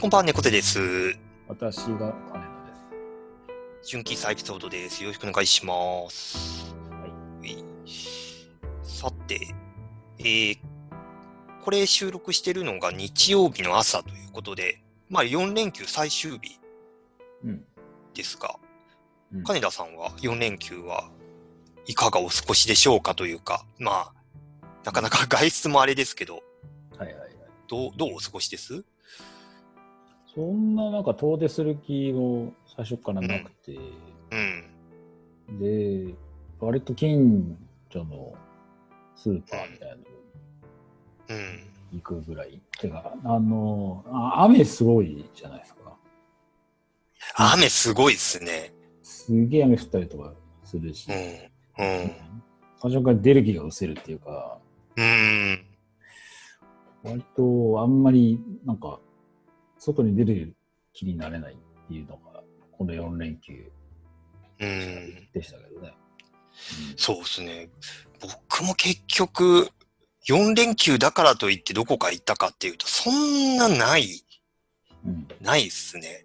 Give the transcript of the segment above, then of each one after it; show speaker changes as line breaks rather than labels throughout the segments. こんばんは、猫手です。
私が金田です。
純喫茶エピソードです。よろしくお願いします。
はい
い。さて、えー、これ収録してるのが日曜日の朝ということで、まあ4連休最終日
うん。
ですが、
うん
金田さんは4連休はいかがお過ごしでしょうかというか、まあ、なかなか 外出もあれですけど、
はいはいはい。
どう、どうお過ごしです
そんななんか遠出する気も最初からなくて、
うん。
で、割と近所のスーパーみたいなの
うん。
に行くぐらい。てか、あの、あ雨すごいじゃないですか。
雨すごいですね。
すげえ雨降ったりとかするし、
うん。うん。
最初から出る気が失せるっていうか、
うん。
割とあんまりなんか、外に出る気になれないっていうのが、この4連休
うん。
でしたけどね。
そうですね。僕も結局、4連休だからといってどこか行ったかっていうと、そんなない、
うん。
ないっすね。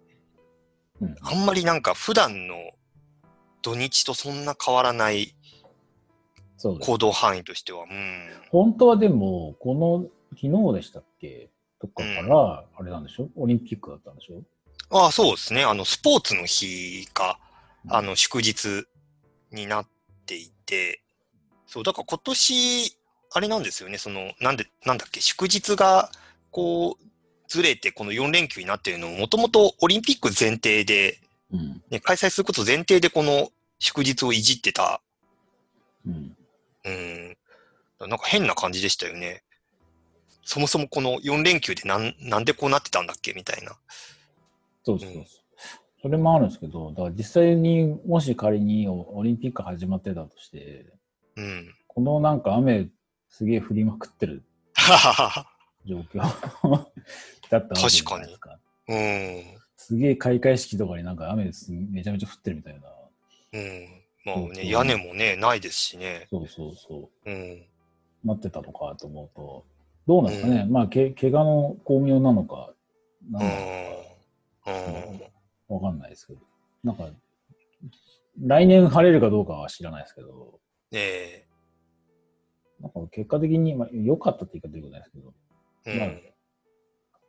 うん。
あんまりなんか普段の土日とそんな変わらない
そうです
行動範囲としては、うん。
本当はでも、この、昨日でしたっけとかから、あれなんでしょオリンピックだったんでしょ
ああ、そうですね。あの、スポーツの日か、
うん
あの、祝日になっていて、そう、だから今年、あれなんですよね、その、なんで、なんだっけ、祝日が、こう、ずれて、この4連休になってるのも、もともとオリンピック前提で、
うん。
ね、開催すること前提で、この祝日をいじってた、
うん。
うん、なんか変な感じでしたよね。そもそもこの4連休でなん、なんでこうなってたんだっけみたいな。
そうそうそう。それもあるんですけど、だから実際にもし仮にオオリンピック始まってたとして、
うん。
このなんか雨すげえ降りまくってる
はははは。
状況 だったわけじゃないですか。
うん。
すげえ開会式とかになんか雨すめちゃめちゃ降ってるみたいな。
うん。まあ
そうそう
ね、屋根もね、ないですしね。
そうそうそう。
うん。
なってたのかと思うと、どうなんですかね、まあ、け怪我の巧妙なのか、
う
なん
ん
なのか。
うん。
わかんないですけど、なんか、来年晴れるかどうかは知らないですけど、
ね
なんか結果的に、まあ、良かったって言い方でことないですけど、
え。う
まあ
ん。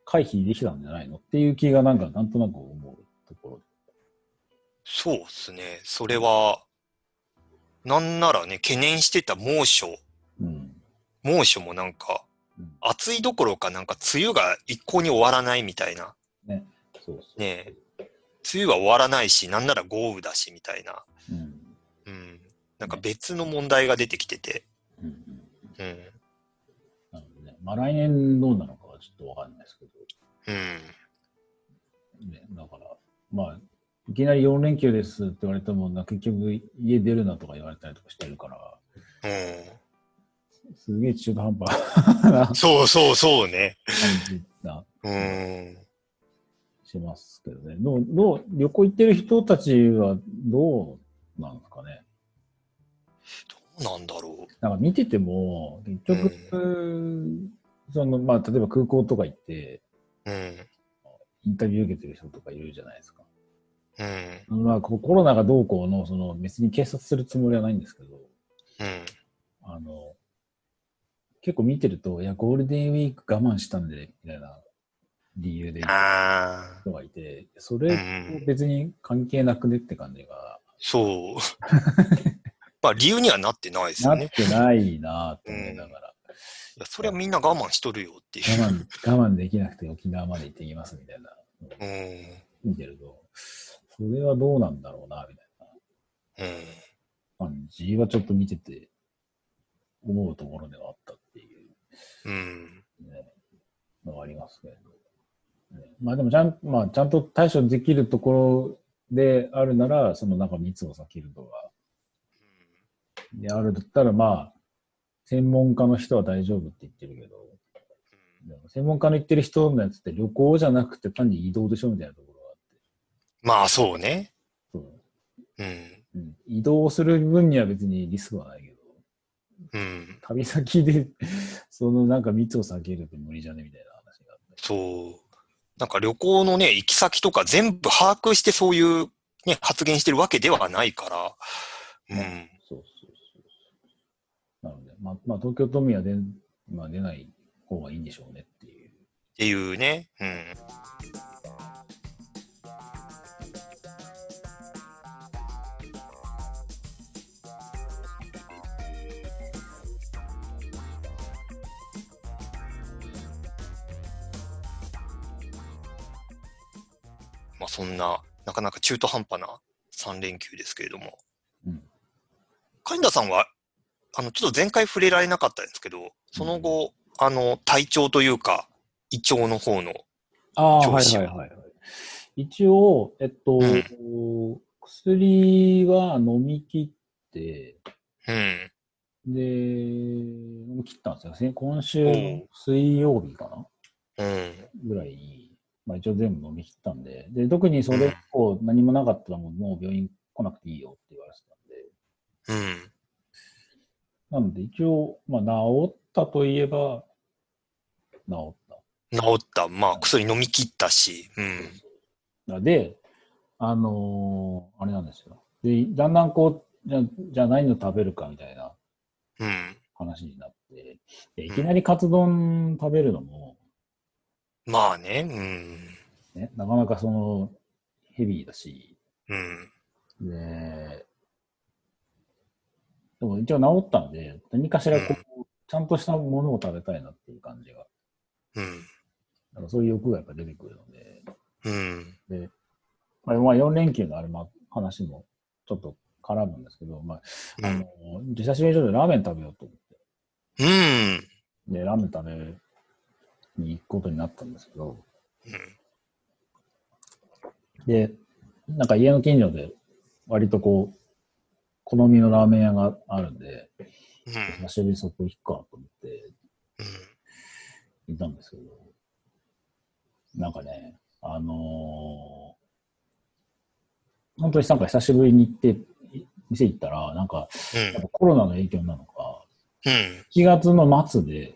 回避できたんじゃないのっていう気が、なんか、なんとなく思うとこ
そうですね。それは、なんならね、懸念してた猛暑、
ろ。うん。
猛暑もなんか
うん、
暑いどころかなんか梅雨が一向に終わらないみたいな。
そうそ
ねえ。梅雨は終わらないし、なんなら豪雨だしみたいな。
う。うん。
うん。なんか別の問題が出てきてて。
うんうん。
うん。
なのでね、まあ来年どうなのかはちょっとわかんないですけど、
うん。
ね、だから、まあ、いきなり4連休ですって言われても、な結局家出るなとか言われたりとかしてるから、
う。
すげえ中途半端な ん
そうそうそうね。
感じが
うん。
しますけどね。どう、どう、旅行行ってる人たちはどうなんですかね。
どうなんだろ
なんか見てても、結局、その、まあ、例えば空港とか行って、
う。うん。
インタビュー受けてる人とかいるじゃないですか。
うん。
まあ、こコロナがどうこうの、その、別に警察するつもりはないんですけど、
うん。
あの、結構見てると、いや、ゴールデンウィーク我慢したんで、みたいな理由で言う
ああ、
人がいて、そうれ
ん、
別に関係なくねって感じが、
そう。まあ理由にはなってないですよ
なっ
ね。
てないなぁと思いながら、
いやそれはみんな我慢しとるよっていう。
我慢、我慢できなくて沖縄まで行ってきますみたいな、
うん。
見てると、それはどうなんだろうな、みたい
うん。
な感じはちょっと見てて、思うところではあったっていう。
うん。
ね、のがありますけれど。ねまあでもちゃん、まあちゃんと対処できるところであるなら、そのなんか密を避けるとか、であるだったらまあ、専門家の人は大丈夫って言ってるけど、でも専門家の言ってる人のやつって旅行じゃなくて単に移動でしょみたいなところがあって
まあそうね。、
そう
うん。
うん、移動する分には別にリスクはないけど、
うん。
旅 先でそのなんか密を避けるって無理じゃねみたいな話があったり
そう。なんか旅行のね、行き先とか全部把握してそういう、ね、発言してるわけではないから、うん。
そうそうそうそう。なので、まあ、まあ、東京都民は出,、まあ、出ない方がいいんでしょうねっていう。
っていうね。うん。まあそんな、なかなか中途半端な3連休ですけれども。
うん
カインダさんは、あの、ちょっと前回触れられなかったんですけど、その後、あの、体調というか、胃腸の方の、
ああ、
調
はい
子
はい
は
はいはい。一応、えっと、薬は飲み切って、
うん。
で、飲み切ったんですよね。今週
うん
水曜日かな
うん。
ぐらいに、まあ一応全部飲み切ったんで、で、特にそれ以降何もなかったらもうもう病院来なくていいよって言われてたんで、
うん。
なので一応、まあ治ったといえば、治った。
治った。まあ、薬飲み切ったし。うん。
で、あのーあれなんですよ。で、だんだんこう、じゃあじゃあ何を食べるかみたいな
うん。
話になって、でいきなりカツ丼食べるのも、
まあね。うん。
ね、なかなかその、ヘビーだし、
うん。
で、でも一応治ったんで、何かしらこう、ちゃんとしたものを食べたいなっていう感じが、
うん。
なんかそういう欲がやっぱ出てくるので、
うん。
まあ、まあ4連休のあれも話もちょっと絡むんですけど、まあ、
う
あの
ん。、
久しぶりにちょっとラーメン食べようと思って。
うん。
で、ラーメン食べに行くことになったんですけど、
うん
で、なんか家の近所で割とこう、好みのラーメン屋があるんで、
うん。
久しぶりにそこ行くかと思って
うん
行ったんですけど、なんかね、あのー本当になんか久しぶりに行って、い店行ったら、なんか、やっぱコロナの影響なのか、
うん。
7月の末で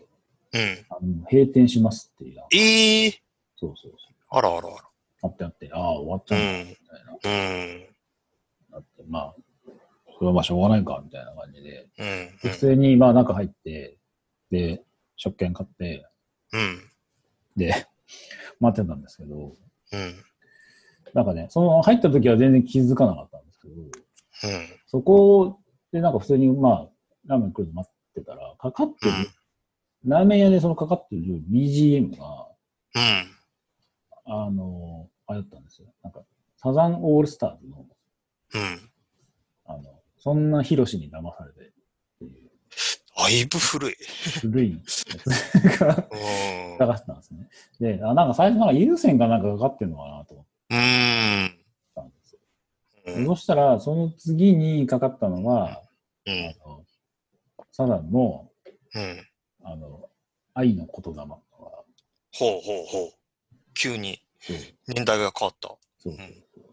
うん。
あの閉店しますっていう、
ええ
そうそうそう。
あらあらあ
あってあって、ああ、終わっちゃ
ら。う
うんだ
ん
み。たいな。
うん。
なって、まあ、それはまあしょうがないか、みたいな感じで。
うん。
で普通に、まあ中入って、で、食券買って、
うん。
で、待ってたんですけど、
うん。
なんかね、その入った時は全然気づかなかったんですけど、
うん。
そこでなんか普通に、まあ、ラーメン来るの待ってたら、かかって
う
る、
ん。
ラーメン屋でそのかかってる BGM が、
うん。
あの、あれだったんですよ。なんか、サザンオールスターズの、
うん。
あの、そんなヒロシに騙されてっていう。
だいぶ古い。
古いやつが
うん。
流してたんですね。で、あなんか最初なんか優先がなんかかかってるのかなと思っ
うん。
たんですよ。
うん。
そしたら、その次にかかったのが、
う
あ
ん。
のサダンの、
うん。
あの、愛の言霊とか、
ほうほうほう。急に
そう
年代が変わった。
そうそううんそう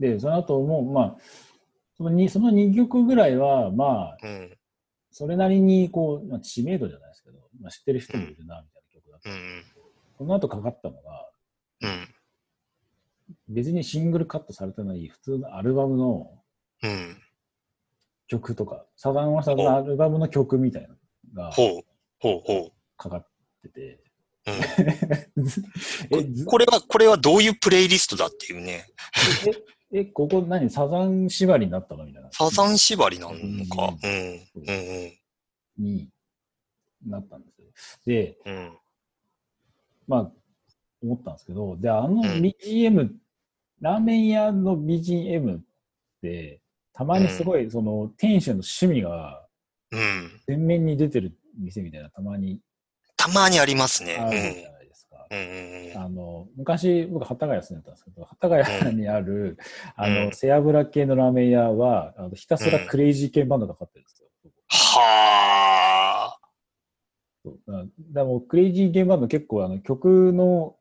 で、その後も、まあ、その 2, その2曲ぐらいは、まあ、
うん。
それなりにこう、まあ、知名度じゃないですけど、まあ、知ってる人もいるな、みたいな曲だった。
うん。
その後かかったのが、
うん。
別にシングルカットされてない普通のアルバムの
うん。
曲とか、サザンオールスターズのアルバムの曲みたいなのが
ほう。ほうほ
かかってて、
う。うん。
えず
これは、これはどういうプレイリストだっていうね。
え、え、ここ何サザン縛りになったのみたいな。
サザン縛りなのか。うん。うん。
になったんですよ。で、
うん。うん。
まあ、思ったんですけど、で、あの
ん
BGM、ラーメン屋の BGM って、たまにすごい、その、店主の趣味が
うん。
前面に出てる店みたいな、たまに
たまにありますね。
あるじゃないですか。
うん。うん。うん。
あの昔、僕、幡ヶ谷住んでたんですけど、幡ヶ谷にある、あ
う
の、
ん
背脂系のラーメン屋は、あのひたすらクレイジー系バンドがかかってるんですよ。
はあ。
そうだからもうクレイジー系バンド結構あの曲の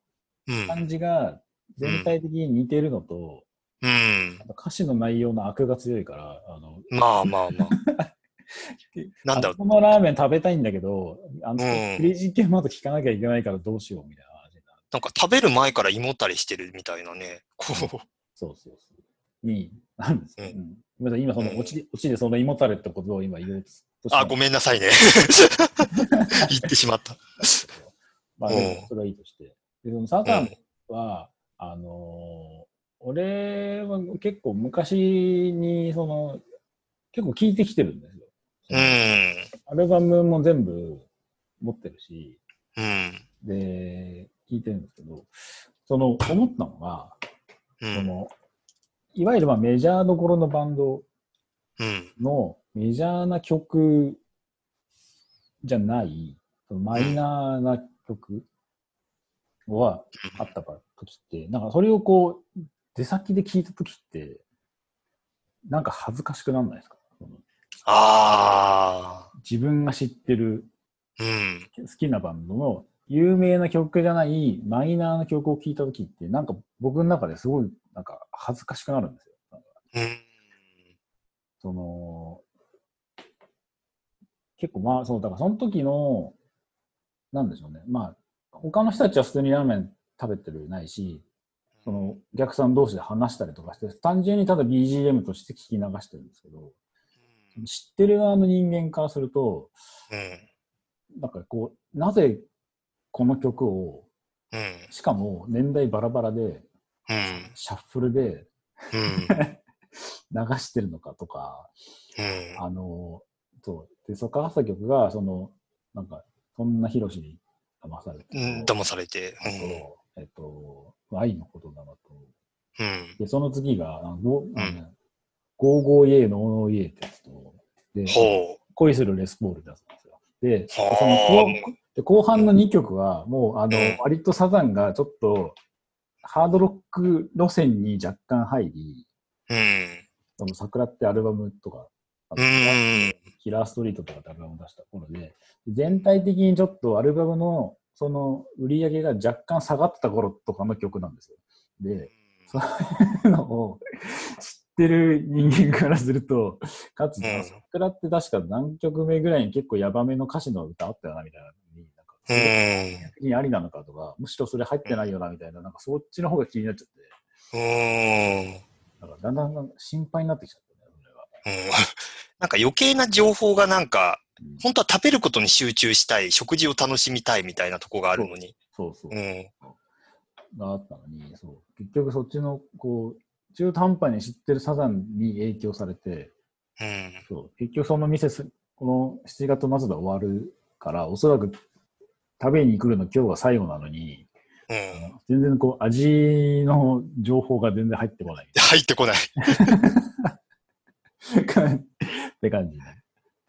うん。
感じが全体的に似てるのと、
うん。
あと歌詞の内容の悪が強いから、あの、
まあまあまあ。 なんだ
あそこのラーメン食べたいんだけど、あの、
ん
クレイジー系バンド聴かなきゃいけないからどうしようみたいな話になる。
なんか食べる前から胃もたれしてるみたいなね、こう、
そうそうそう。に、なんですね。
う
うんごめんなさい、今その、オチで、オチでその胃もたれってことを今言おうと
あ、ご
ん。
めんなさいね。 言ってしまった。
まあ、で
うん
もそれはいいとして。で、そのサザンは、あのー俺は結構昔に、その、結構聞いてきてるんですよ。
うん。
アルバムも全部持ってるし、
うん。
で、聞いてるんですけど、その、思ったのが、
う
そ
ん。
の、いわゆるまあメジャーどころのバンド
うん。
のメジャーな曲じゃない、そのマイナーな曲はあったから時って、なんかそれをこう、出先で聞いた時って、なんか恥ずかしくなんないですかその
あ
自分が知ってる
あ。うん。
好きなバンドの有名な曲じゃないマイナーな曲を聴いた時って、なんか僕の中ですごいなんか恥ずかしくなるんですよ。
うん。
その、結構まあ、そう、だからその時の、なんでしょうね。まあ、他の人たちは普通にラーメン食べてるないし、その、お客さん同士で話したりとかして、単純にただ BGM として聞き流してるんですけど、知ってる側の人間からすると、
うん。
なんかこう、なぜこの曲を、
うん。
しかも年代バラバラで、
うん。
シャッフルで
うん。
流してるのかとか、
うん。
あの、そう。で、そこからさ曲が、その、なんか、そんなヒロシに騙されて、
うん 騙されて。
あとえっと、愛の言霊と、
うん。うん。
で、その次が、あゴあのねゴーゴーイエーノーノーイエーってやつと、で、
ほ
恋するレスポールってやつなんですよ。で、
う。
その
は
こうで後半の2曲は、もう、あの
うん、
割とサザンがちょっと、ハードロック路線に若干入り、
あ。うん。
その桜ってアルバムとか、
う
あの
ん。
キラーストリートとかってアルバムを出した頃で、全体的にちょっとアルバムのその売り上げが若干下がってた頃とかの曲なんですよ。で、 そういうのを知ってる人間からすると、かつ、
うん
桜って確か何曲目ぐらいに結構ヤバめの歌詞の歌あったよなみたいなのに、なんか、
うん。うん。
逆にありなのかとか、むしろそれ入ってないよなみたいな、なんかそっちの方が気になっちゃって、
うん。
なんかだんだん心配になってきちゃったね、俺は。
うんなんか余計な情報がなんか、
うん
本当は食べることに集中したい、食事を楽しみたいみたいなとこがあるのに。
そうそう
う。ん。
があったのに、そう結局そっちのこう中途半端に知ってるサザンに影響されて、
うん。
そう結局その店す、この7月末で終わるから、おそらく食べに来るの今日が最後なのに、
うん。
全然こう味の情報が全然入ってこ ないみ
入ってこない。
たいなって感じね。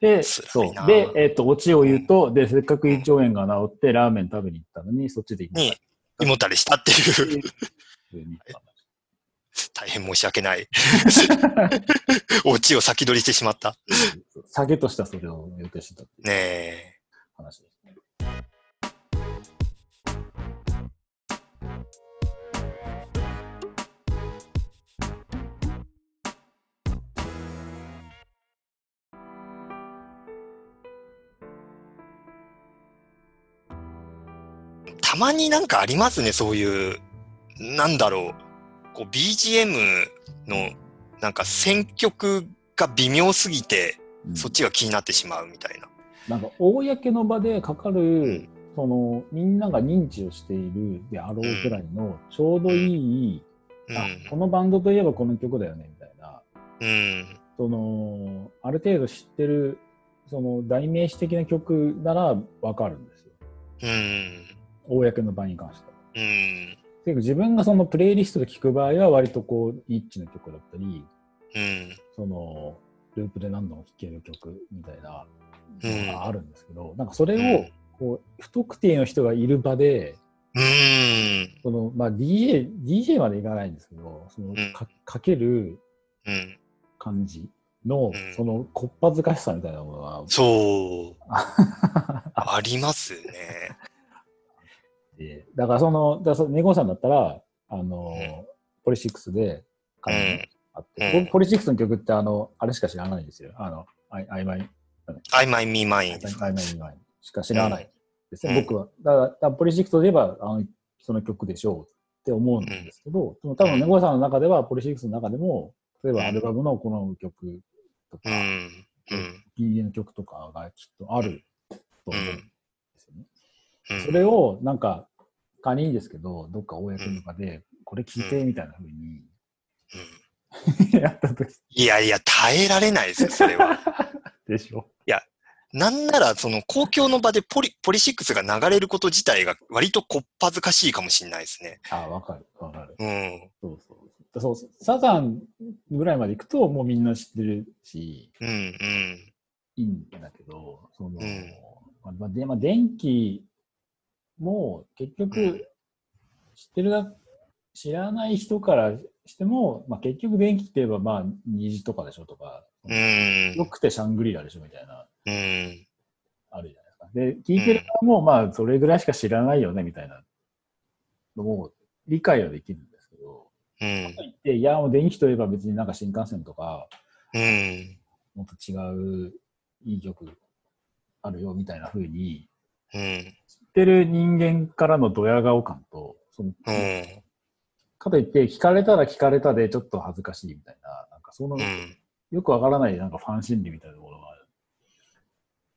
で、そ
辛いうな。
で、えっ、と、オチを言うと、で、せっかく胃腸炎が治ってラーメン食べに行ったのに、そっちで行った
に、胃もたれしたっていう、
普通に行ったんだ
大変申し訳ない。 オチを先取りしてしまった。
けど下げとしたそれを予定してたっていう
ねえ。
話ですね。
たまになんかありますね、そういう、なんだろう、こう BGM のなんか選曲が微妙すぎて、
うん
そっちが気になってしまうみたいな。
なんか公の場でかかる、
ん
そのみんなが認知をしているであろうくらいのちょうどいい、
うん。
あこのバンドといえばこの曲だよねみたいな
うん。
そのある程度知ってるその代名詞的な曲ならわかるんですよ
うん。
公の場に関しては。
うん。
ていうか自分がそのプレイリストで聴く場合は割とこうニッチな曲だったり
うん。
そのループで何度も聴ける曲みたいな
うん
のがあるんですけど、なんかそれ
う
を
ん
こう不特定の人がいる場で
うん。
その、まあ、DJ、DJ までいかないんですけど、その
ん
かかける
うん。
感じの、
うん
その、こっぱずかしさみたいなものが
そう。ありますね。
でだからその、だからその猫さんだったら、あの、ポリシックスで、彼にあって、
うん
ポポリシックスの曲って、あの、あれしか知らないんですよ。あの、あい曖昧、
I might be
曖
mine
昧
です。
曖昧曖昧しか知らないですね、
うん
僕は。だから、だからポリシックスといえば、あの、その曲でしょうって思うんですけど、でも多分、ね、ゴさんの中では、ポリシックスの中でも、例えばアルバムのこの曲とか、
うん。うん。
PA の曲とかがきっとあると思うんですよね。
うん
それを、なんか、仮にですけど、どっか公の場で、これ聞いてみたいな風に
うん
やった とき
いやいや、耐えられないですよ、それは。
でしょ。
なんなら、その公共の場でポリポリシックスが流れること自体が割とこっぱずかしいかもしれないですね。
あ、わかる、わかる。
うん。
そうそうそうそう。サザンぐらいまで行くと、もうみんな知ってるし、
うんうん。
いいんだけど、その、
うん
まあでまあ、電気も結
うん
局、知ってるだ、知らない人からしても、まあ、結局電気って言えば、まあ、虹とかでしょとか、
うん。
よくてシャングリラでしょみたいな、
うん。
あるじゃないですか。で、聞いてる側も、まあ、それぐらいしか知らないよねみたいなのも理解はできるんですけど、
うん。
でいや、もう電気といえば別になんか新幹線とか、
うん。
もっと違ういい曲あるよみたいな風に、
うん。
知ってる人間からのドヤ顔感と、そ
う
の
ん。
かといって聞かれたら聞かれたでちょっと恥ずかしいみたいな、なんかその
う、ん。
よくわからないなんかファン心理みたいなところが、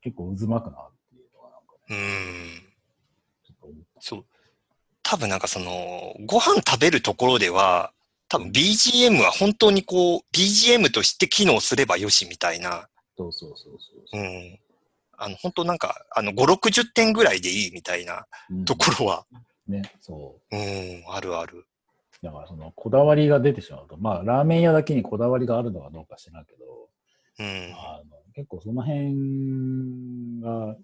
結構渦巻くなっていうのはなんか
うん。
ちょっと思っ
そう。多分なんかその、ご飯食べるところでは、多分 BGM は本当にこう、BGM として機能すればよしみたいな、
た。そうそうそうそうう。
ん。あの、本当なんか、あの、5、60点ぐらいでいいみたいな
うん
ところは、
ね、そう。
うん、あるある。
だからそのこだわりが出てしまうと、まあラーメン屋だけにこだわりがあるのかどうか知らんけど、
うん。
あの結構その辺が、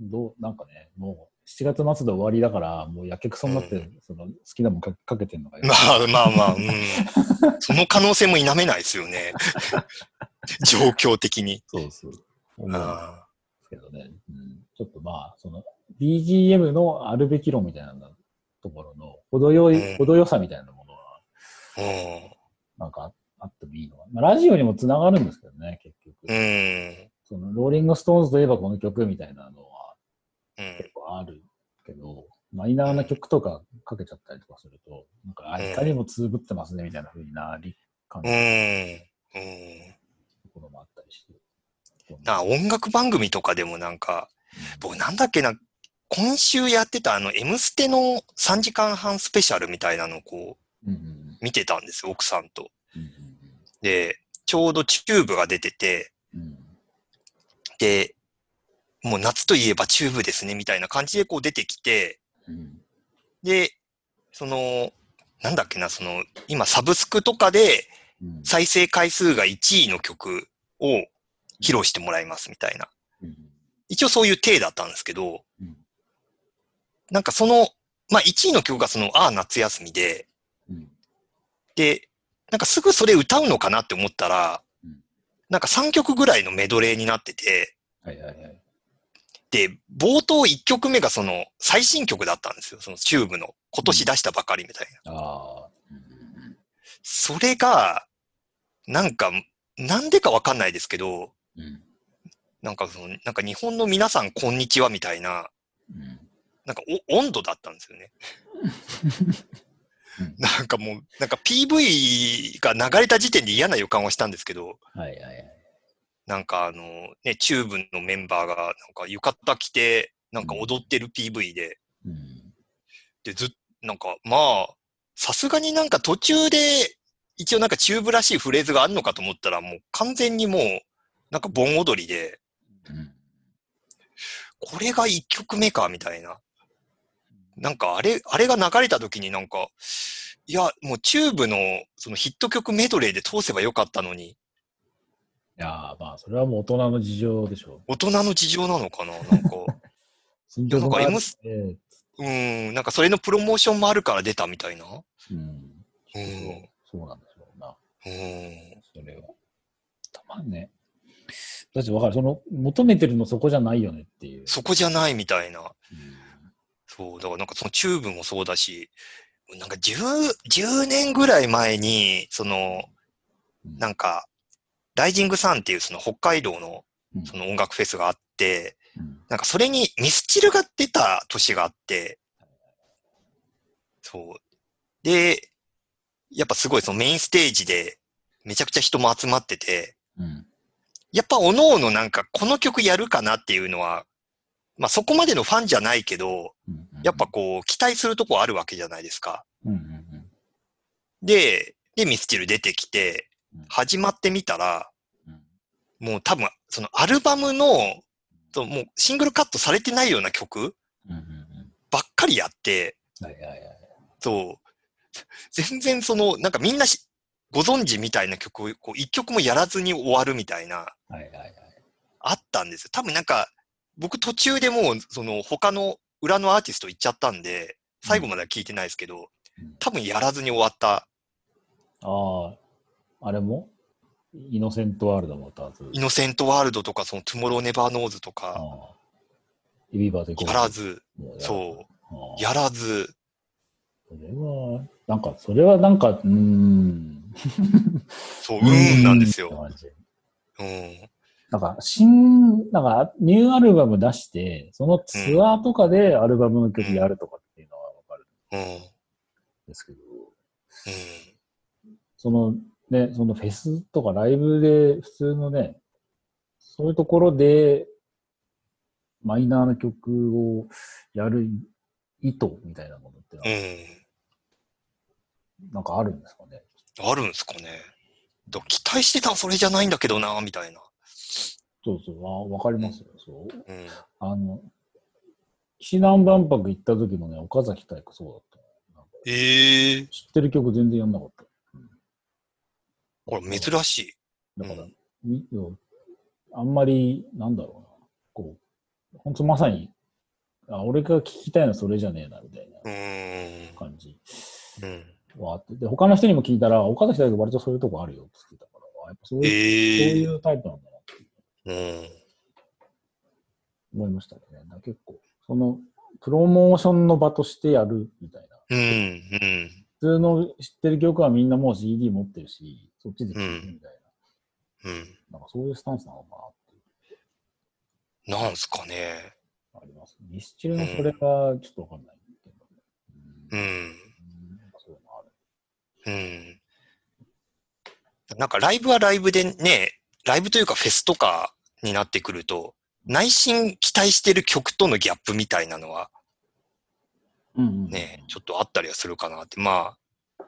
どう、なんかね、もう7月末で終わりだから、もうやけくそになって、
う
その好きなもんかかけてんのが、
まあまあまあ、うん。その可能性も否めないですよ ね。状況的に。
そうそう。思うんで
あ
すけどね、うん、ちょっとまあ、その BGM のあるべき論みたいなところの、程よい、
うん
程よさみたいなものは、
あうん。
なんかああってもいいのかな。まあ、ラジオにもつながるんですけどね、結局。
うん。
そのローリング・ストーンズといえばこの曲みたいなのは、
うん
結。構あるけど、マイナーな曲とかかけちゃったりとかすると、なんか、あ、
うん
いかにもつぶってますね、みたいな風になり感
う
じる
ん。うん。
ところもあったりして。
な音楽番組とかでもなんか、僕なんだっけな、今週やってたあの、M ステの3時間半スペシャルみたいなのをこ
うんうんうん
う、見てたんですよ、奥さんと。
うん
で、ちょうどチューブが出てて、
うんうん
で、もう夏といえばチューブですね、みたいな感じでこう出てきて、
うん
で、その、なんだっけな、その、今サブスクとかで
うん
再生回数が1位の曲を披露してもらいますみたいな。
うん
一応そういう体だったんですけど、
うん
なんかその、まあ1位の曲がその、ああ夏休みで、
うん
で、なんかすぐそれ歌うのかなって思ったら
うん、
なんか3曲ぐらいのメドレーになってて、
はいはいはい。
で、冒頭1曲目がその最新曲だったんですよ。そのチューブの今年出したばかりみたいな。
ああ。
それが、なんか、なんでかわかんないですけど、
うんうん
なんかその、なんか日本の皆さんこんにちはみたいな、
うん
なんかお温度だったんですよね
うん。
なんかもう、なんか PV が流れた時点で嫌な予感はしたんですけど、
はいはいはい。
なんかあの、ね、チューブのメンバーが、なんか浴衣着て、なんか踊ってる PV で、
うん
で、ずっなんかまあ、さすがになんか途中で、一応なんかチューブらしいフレーズがあるのかと思ったら、もう完全にもう、なんか盆踊りで、
うん
これが1曲目か、みたいな。なんかあれ、あれが流れた時になんか、いや、もうチューブのそのヒット曲メドレーで通せばよかったのに、
いやーまあ、それはもう大人の事情でしょう。
大人の事情なのかななんか、
新曲もあ
なんか
っ
M ス
て、
うーん、なんかそれのプロモーションもあるから出たみたいな。う
うん、
ーん、
そうなんでしょうな。
うーん、
それは。たまんね。だってわかる。その、求めてるのそこじゃないよねっていう。
そこじゃないみたいな。
うん
そう、だからなんかそのチューブもそうだし、なんか10、10年ぐらい前に、その、なんか、ライジングサンっていうその北海道の
うん
その音楽フェスがあって、
うん
なんかそれにミスチルが出た年があって、そう。で、やっぱすごいそのメインステージでめちゃくちゃ人も集まってて、
うん。
やっぱ各々なんかこの曲やるかなっていうのは、まあそこまでのファンじゃないけど、
うん
やっぱ、こう期待するとこあるわけじゃないですか。
うんうんうん。
で、で、ミスチル出てきて
うん、
始まってみたら、
うん
もう多分、そのアルバムの、そのもうシングルカットされてないような曲
うんうん
ばっかりやって、
うん。はいはいはい。
そう、 全然その、なんかみんなしご存知みたいな曲を、こう、一曲もやらずに終わるみたいな、
はいはいはい。
あったんですよ。多分なんか、僕途中でもう、その他の裏のアーティスト行っちゃったんで、最後までは聞いてないですけど
うん、
多分やらずに終わった、
ああ、あれもイノセントワールドも歌わず。
イノセントワールドとか、そのトゥモローネバーノーズとか、
ああ。エビバーで。
やらず、そう
あ
う、
あ
やらず、
それは、なんか、それはなんか、うーん。
そう、うーんなんです
うー
よ。
んって感じ
うん。
なんか、新、なんか、ニューアルバム出して、そのツアーとかでアルバムの曲やるとかっていうのはわかるん
うん。うん。
ですけど、その、ね、そのフェスとかライブで普通のね、そういうところで、マイナーな曲をやる意図みたいなものってのは
う
なんかあるんですかね。
ん。あるんですかね。だ期待してたそれじゃないんだけどな、みたいな。
そうそう、あわかりますよ。そう。
うん。
あの、岸南万博行った時もね、岡崎体育そうだった。なんか
ええ
知ってる曲全然やんなかった。
これ珍しい。
だから
うん、
みあんまり、なんだろうな、こう、本当まさに、あ、俺が聞きたいのはそれじゃねえな、みたいうな
ーん。
感じ
うん、
はあって、で、他の人にも聞いたら、岡崎大学割とそういうとこあるよって聞いたから、あやっぱそういう、そう
え
い
え
うタイプなんだなって
うん。
思いましたね。だから結構、その、プロモーションの場としてやるみたいな。
うん。うん。
普通の知ってる曲はみんなもう CD 持ってるし、そっちで聴くみたい
うん。
な、なんかそういうスタンスなのかなっていう
なんすかね。
あります。ミスチルのそれがちょっとわかんないけど、
う
うん
ん。
なんかそういうのある。
うん。なんかライブはライブでね、ライブというかフェスとかになってくると、内心期待してる曲とのギャップみたいなのは
うんうん
ね、ちょっとあったりはするかなって。まあ、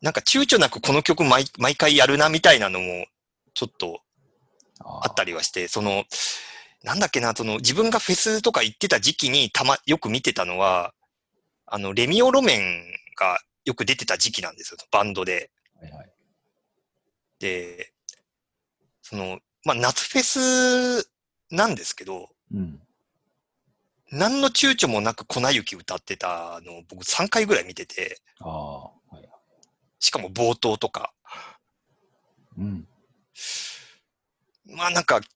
なんか躊躇なくこの曲毎毎回やるなみたいなのもちょっとあ
あ
ったりはして、その、なんだっけな、その自分がフェスとか行ってた時期にたま、よく見てたのは、あの、レミオロメンがよく出てた時期なんですよ、バンドで。
はいはい。
で、その、まあ、夏フェスなんですけど、
うん。
何の躊躇もなく粉雪歌ってたのを僕3回ぐらい見てて、
ああ、はいはい。
しかも冒頭とか。
うん。
まあなんか、き聞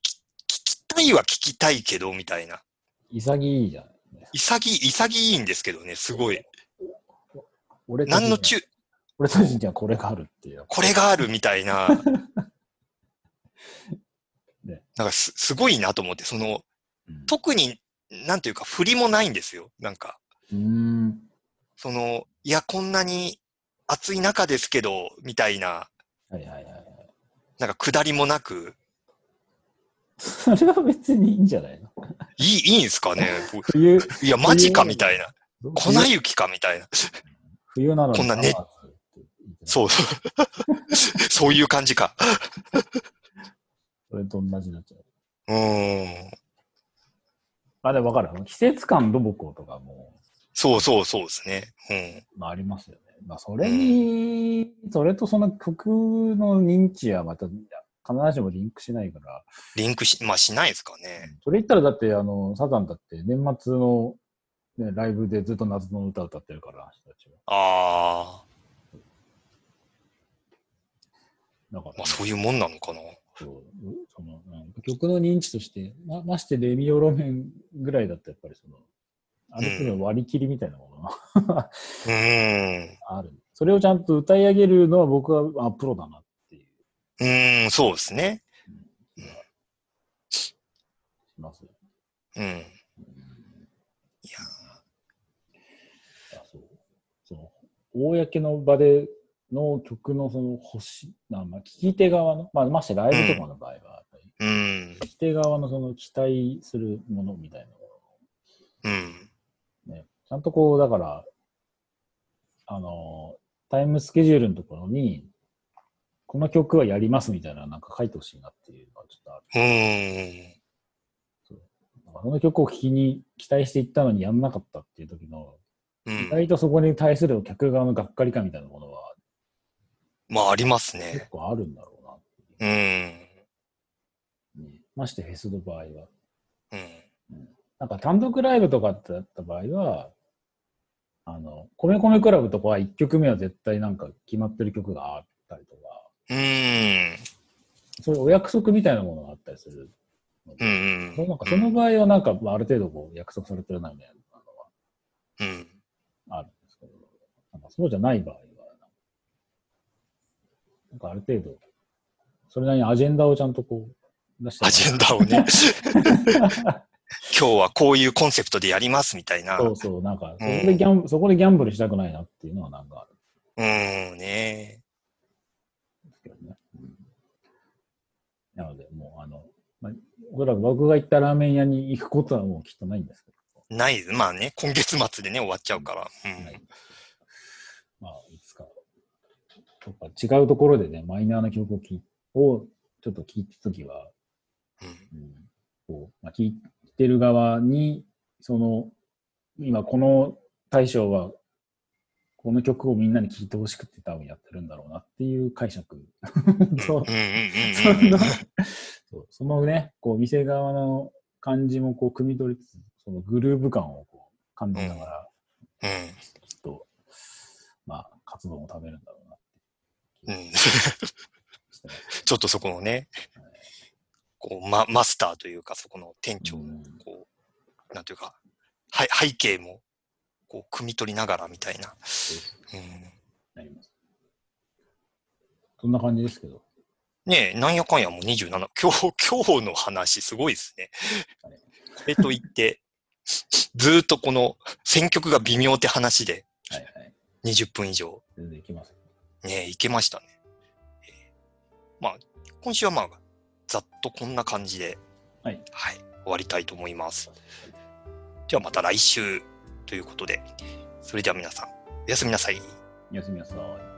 きたいは聞きたいけど、みたいな。
潔いじゃないですか。
潔い、潔いんですけどね、すごい。
俺たち
何
に
の
は
躊、
俺たちにはこれがあるっていう。
これがあるみたいな。
ね
なんかす、すごいなと思って、その、
うん
特に、なんていうか、振りもないんですよ。なんか、
うーん。
その、いや、こんなに暑い中ですけど、みたいな、
はいはいはいはい。
なんか、下りもなく、
それは別にいいんじゃないの
いい、いいんすか ね僕
冬、
いや、マジかみたいな。粉
冬
雪かみたいな。
冬なのに
こんなね
サマーズって言ってない
そう。 そういう感じか。
それと同じになっちゃう。
うーん。
あ、でもわかる。季節感どぼことかも、
そうそうそうですね。
まあ、ありますよね。まあ、それに、それとその曲の認知はまた、必ずしもリンクしないから、
うん。リンクし、まあしないですかね。
それ言ったらだって、あの、サザンだって年末の、ね、ライブでずっと夏の歌歌ってるから、人たちは。
あ
だか
あ、
ら、
まあそういうもんなのかな。
そうそのなんか曲の認知として、まましてレミオロメンぐらいだったらやっぱりその、ある程度の割り切りみたいなものが
うーん。
ある。それをちゃんと歌い上げるのは僕は、あ、プロだなっていう
うーん、そうですね。
気がします。
うん。いや
公の場での曲のその星、まあ、まあ聞き手側の、まあ、ましてライブとかの場合は、やっぱり
うん。
聞き手側のその期待するものみたいなも
うん。
のをね、ちゃんとこう、だから、あの、タイムスケジュールのところに、この曲はやりますみたいな、なんか書いてほしいなっていうのはちょっとある。
うん。
この曲を聴きに期待していったのにやんなかったっていう時の、
う
意
ん。
外とそこに対する客側のがっかり感みたいなものは
まあ、あります
結
ね。
構あるんだろうなっていう
うん。
ねましてフェスの場合は。
うん。
なんか単独ライブとかってだった場合は、あの、米米クラブとかは1曲目は絶対なんか決まってる曲があったりとか、
うん。
そういうお約束みたいなものがあったりする。
うんうん。
なんかその場合はなんかまあある程度こう約束されてるなみたいなの
うん。
はあるんですけど、なんかそうじゃない場合は、なんかある程度、それなりにアジェンダをちゃんとこう出して
アジェンダを ね。今日はこういうコンセプトでやりますみたいな。
そううそう、なんかそこでギャン、そこでギャンブルしたくないなっていうのはなんかある。
ん、ね
ですけどね。なので、もう、あの、まあ、おそらく僕が行ったラーメン屋に行くことはもうきっとないんですけど、
ない、まあね、今月末でね、終わっちゃうから。うん。
はいまあ、いつか、とか違うところでね、マイナーな曲を聴いをちょっと聴いたときは、
うん
うんこう、まあ、聴いてる側に、その、今この大将は、この曲をみんなに聴いてほしくて多分やってるんだろうなっていう解釈と
うん
そ
うんうん
のそうそのね、こう、店側の感じもこう、汲み取りつつ、そのグルーヴ感をこう、感じながら、きっと、まあ、カツ丼を食べるんだろうな
うんうん。うん
してます
ちょっとそこのね、こう、ま、マスターというか、そこの店長
う
の
ん、
こう、なんというか、はい、背景も、こう、汲み取りながらみたいな。うん。
なります。そんな感じですけど、
ねえ、なんやかんやもう27、今日、 今日の話すごいですね
あれ。
えと言って、 ずーっとこの選曲が微妙って話で
はいはい。
20分以上、
全然いきます。
ねえ、いけましたね。えーまあ、今週はまあ、ざっとこんな感じで、
はい。
終わりたいと思います。ではまた来週ということで、それでは皆さん、おやすみなさい。
休みなさい。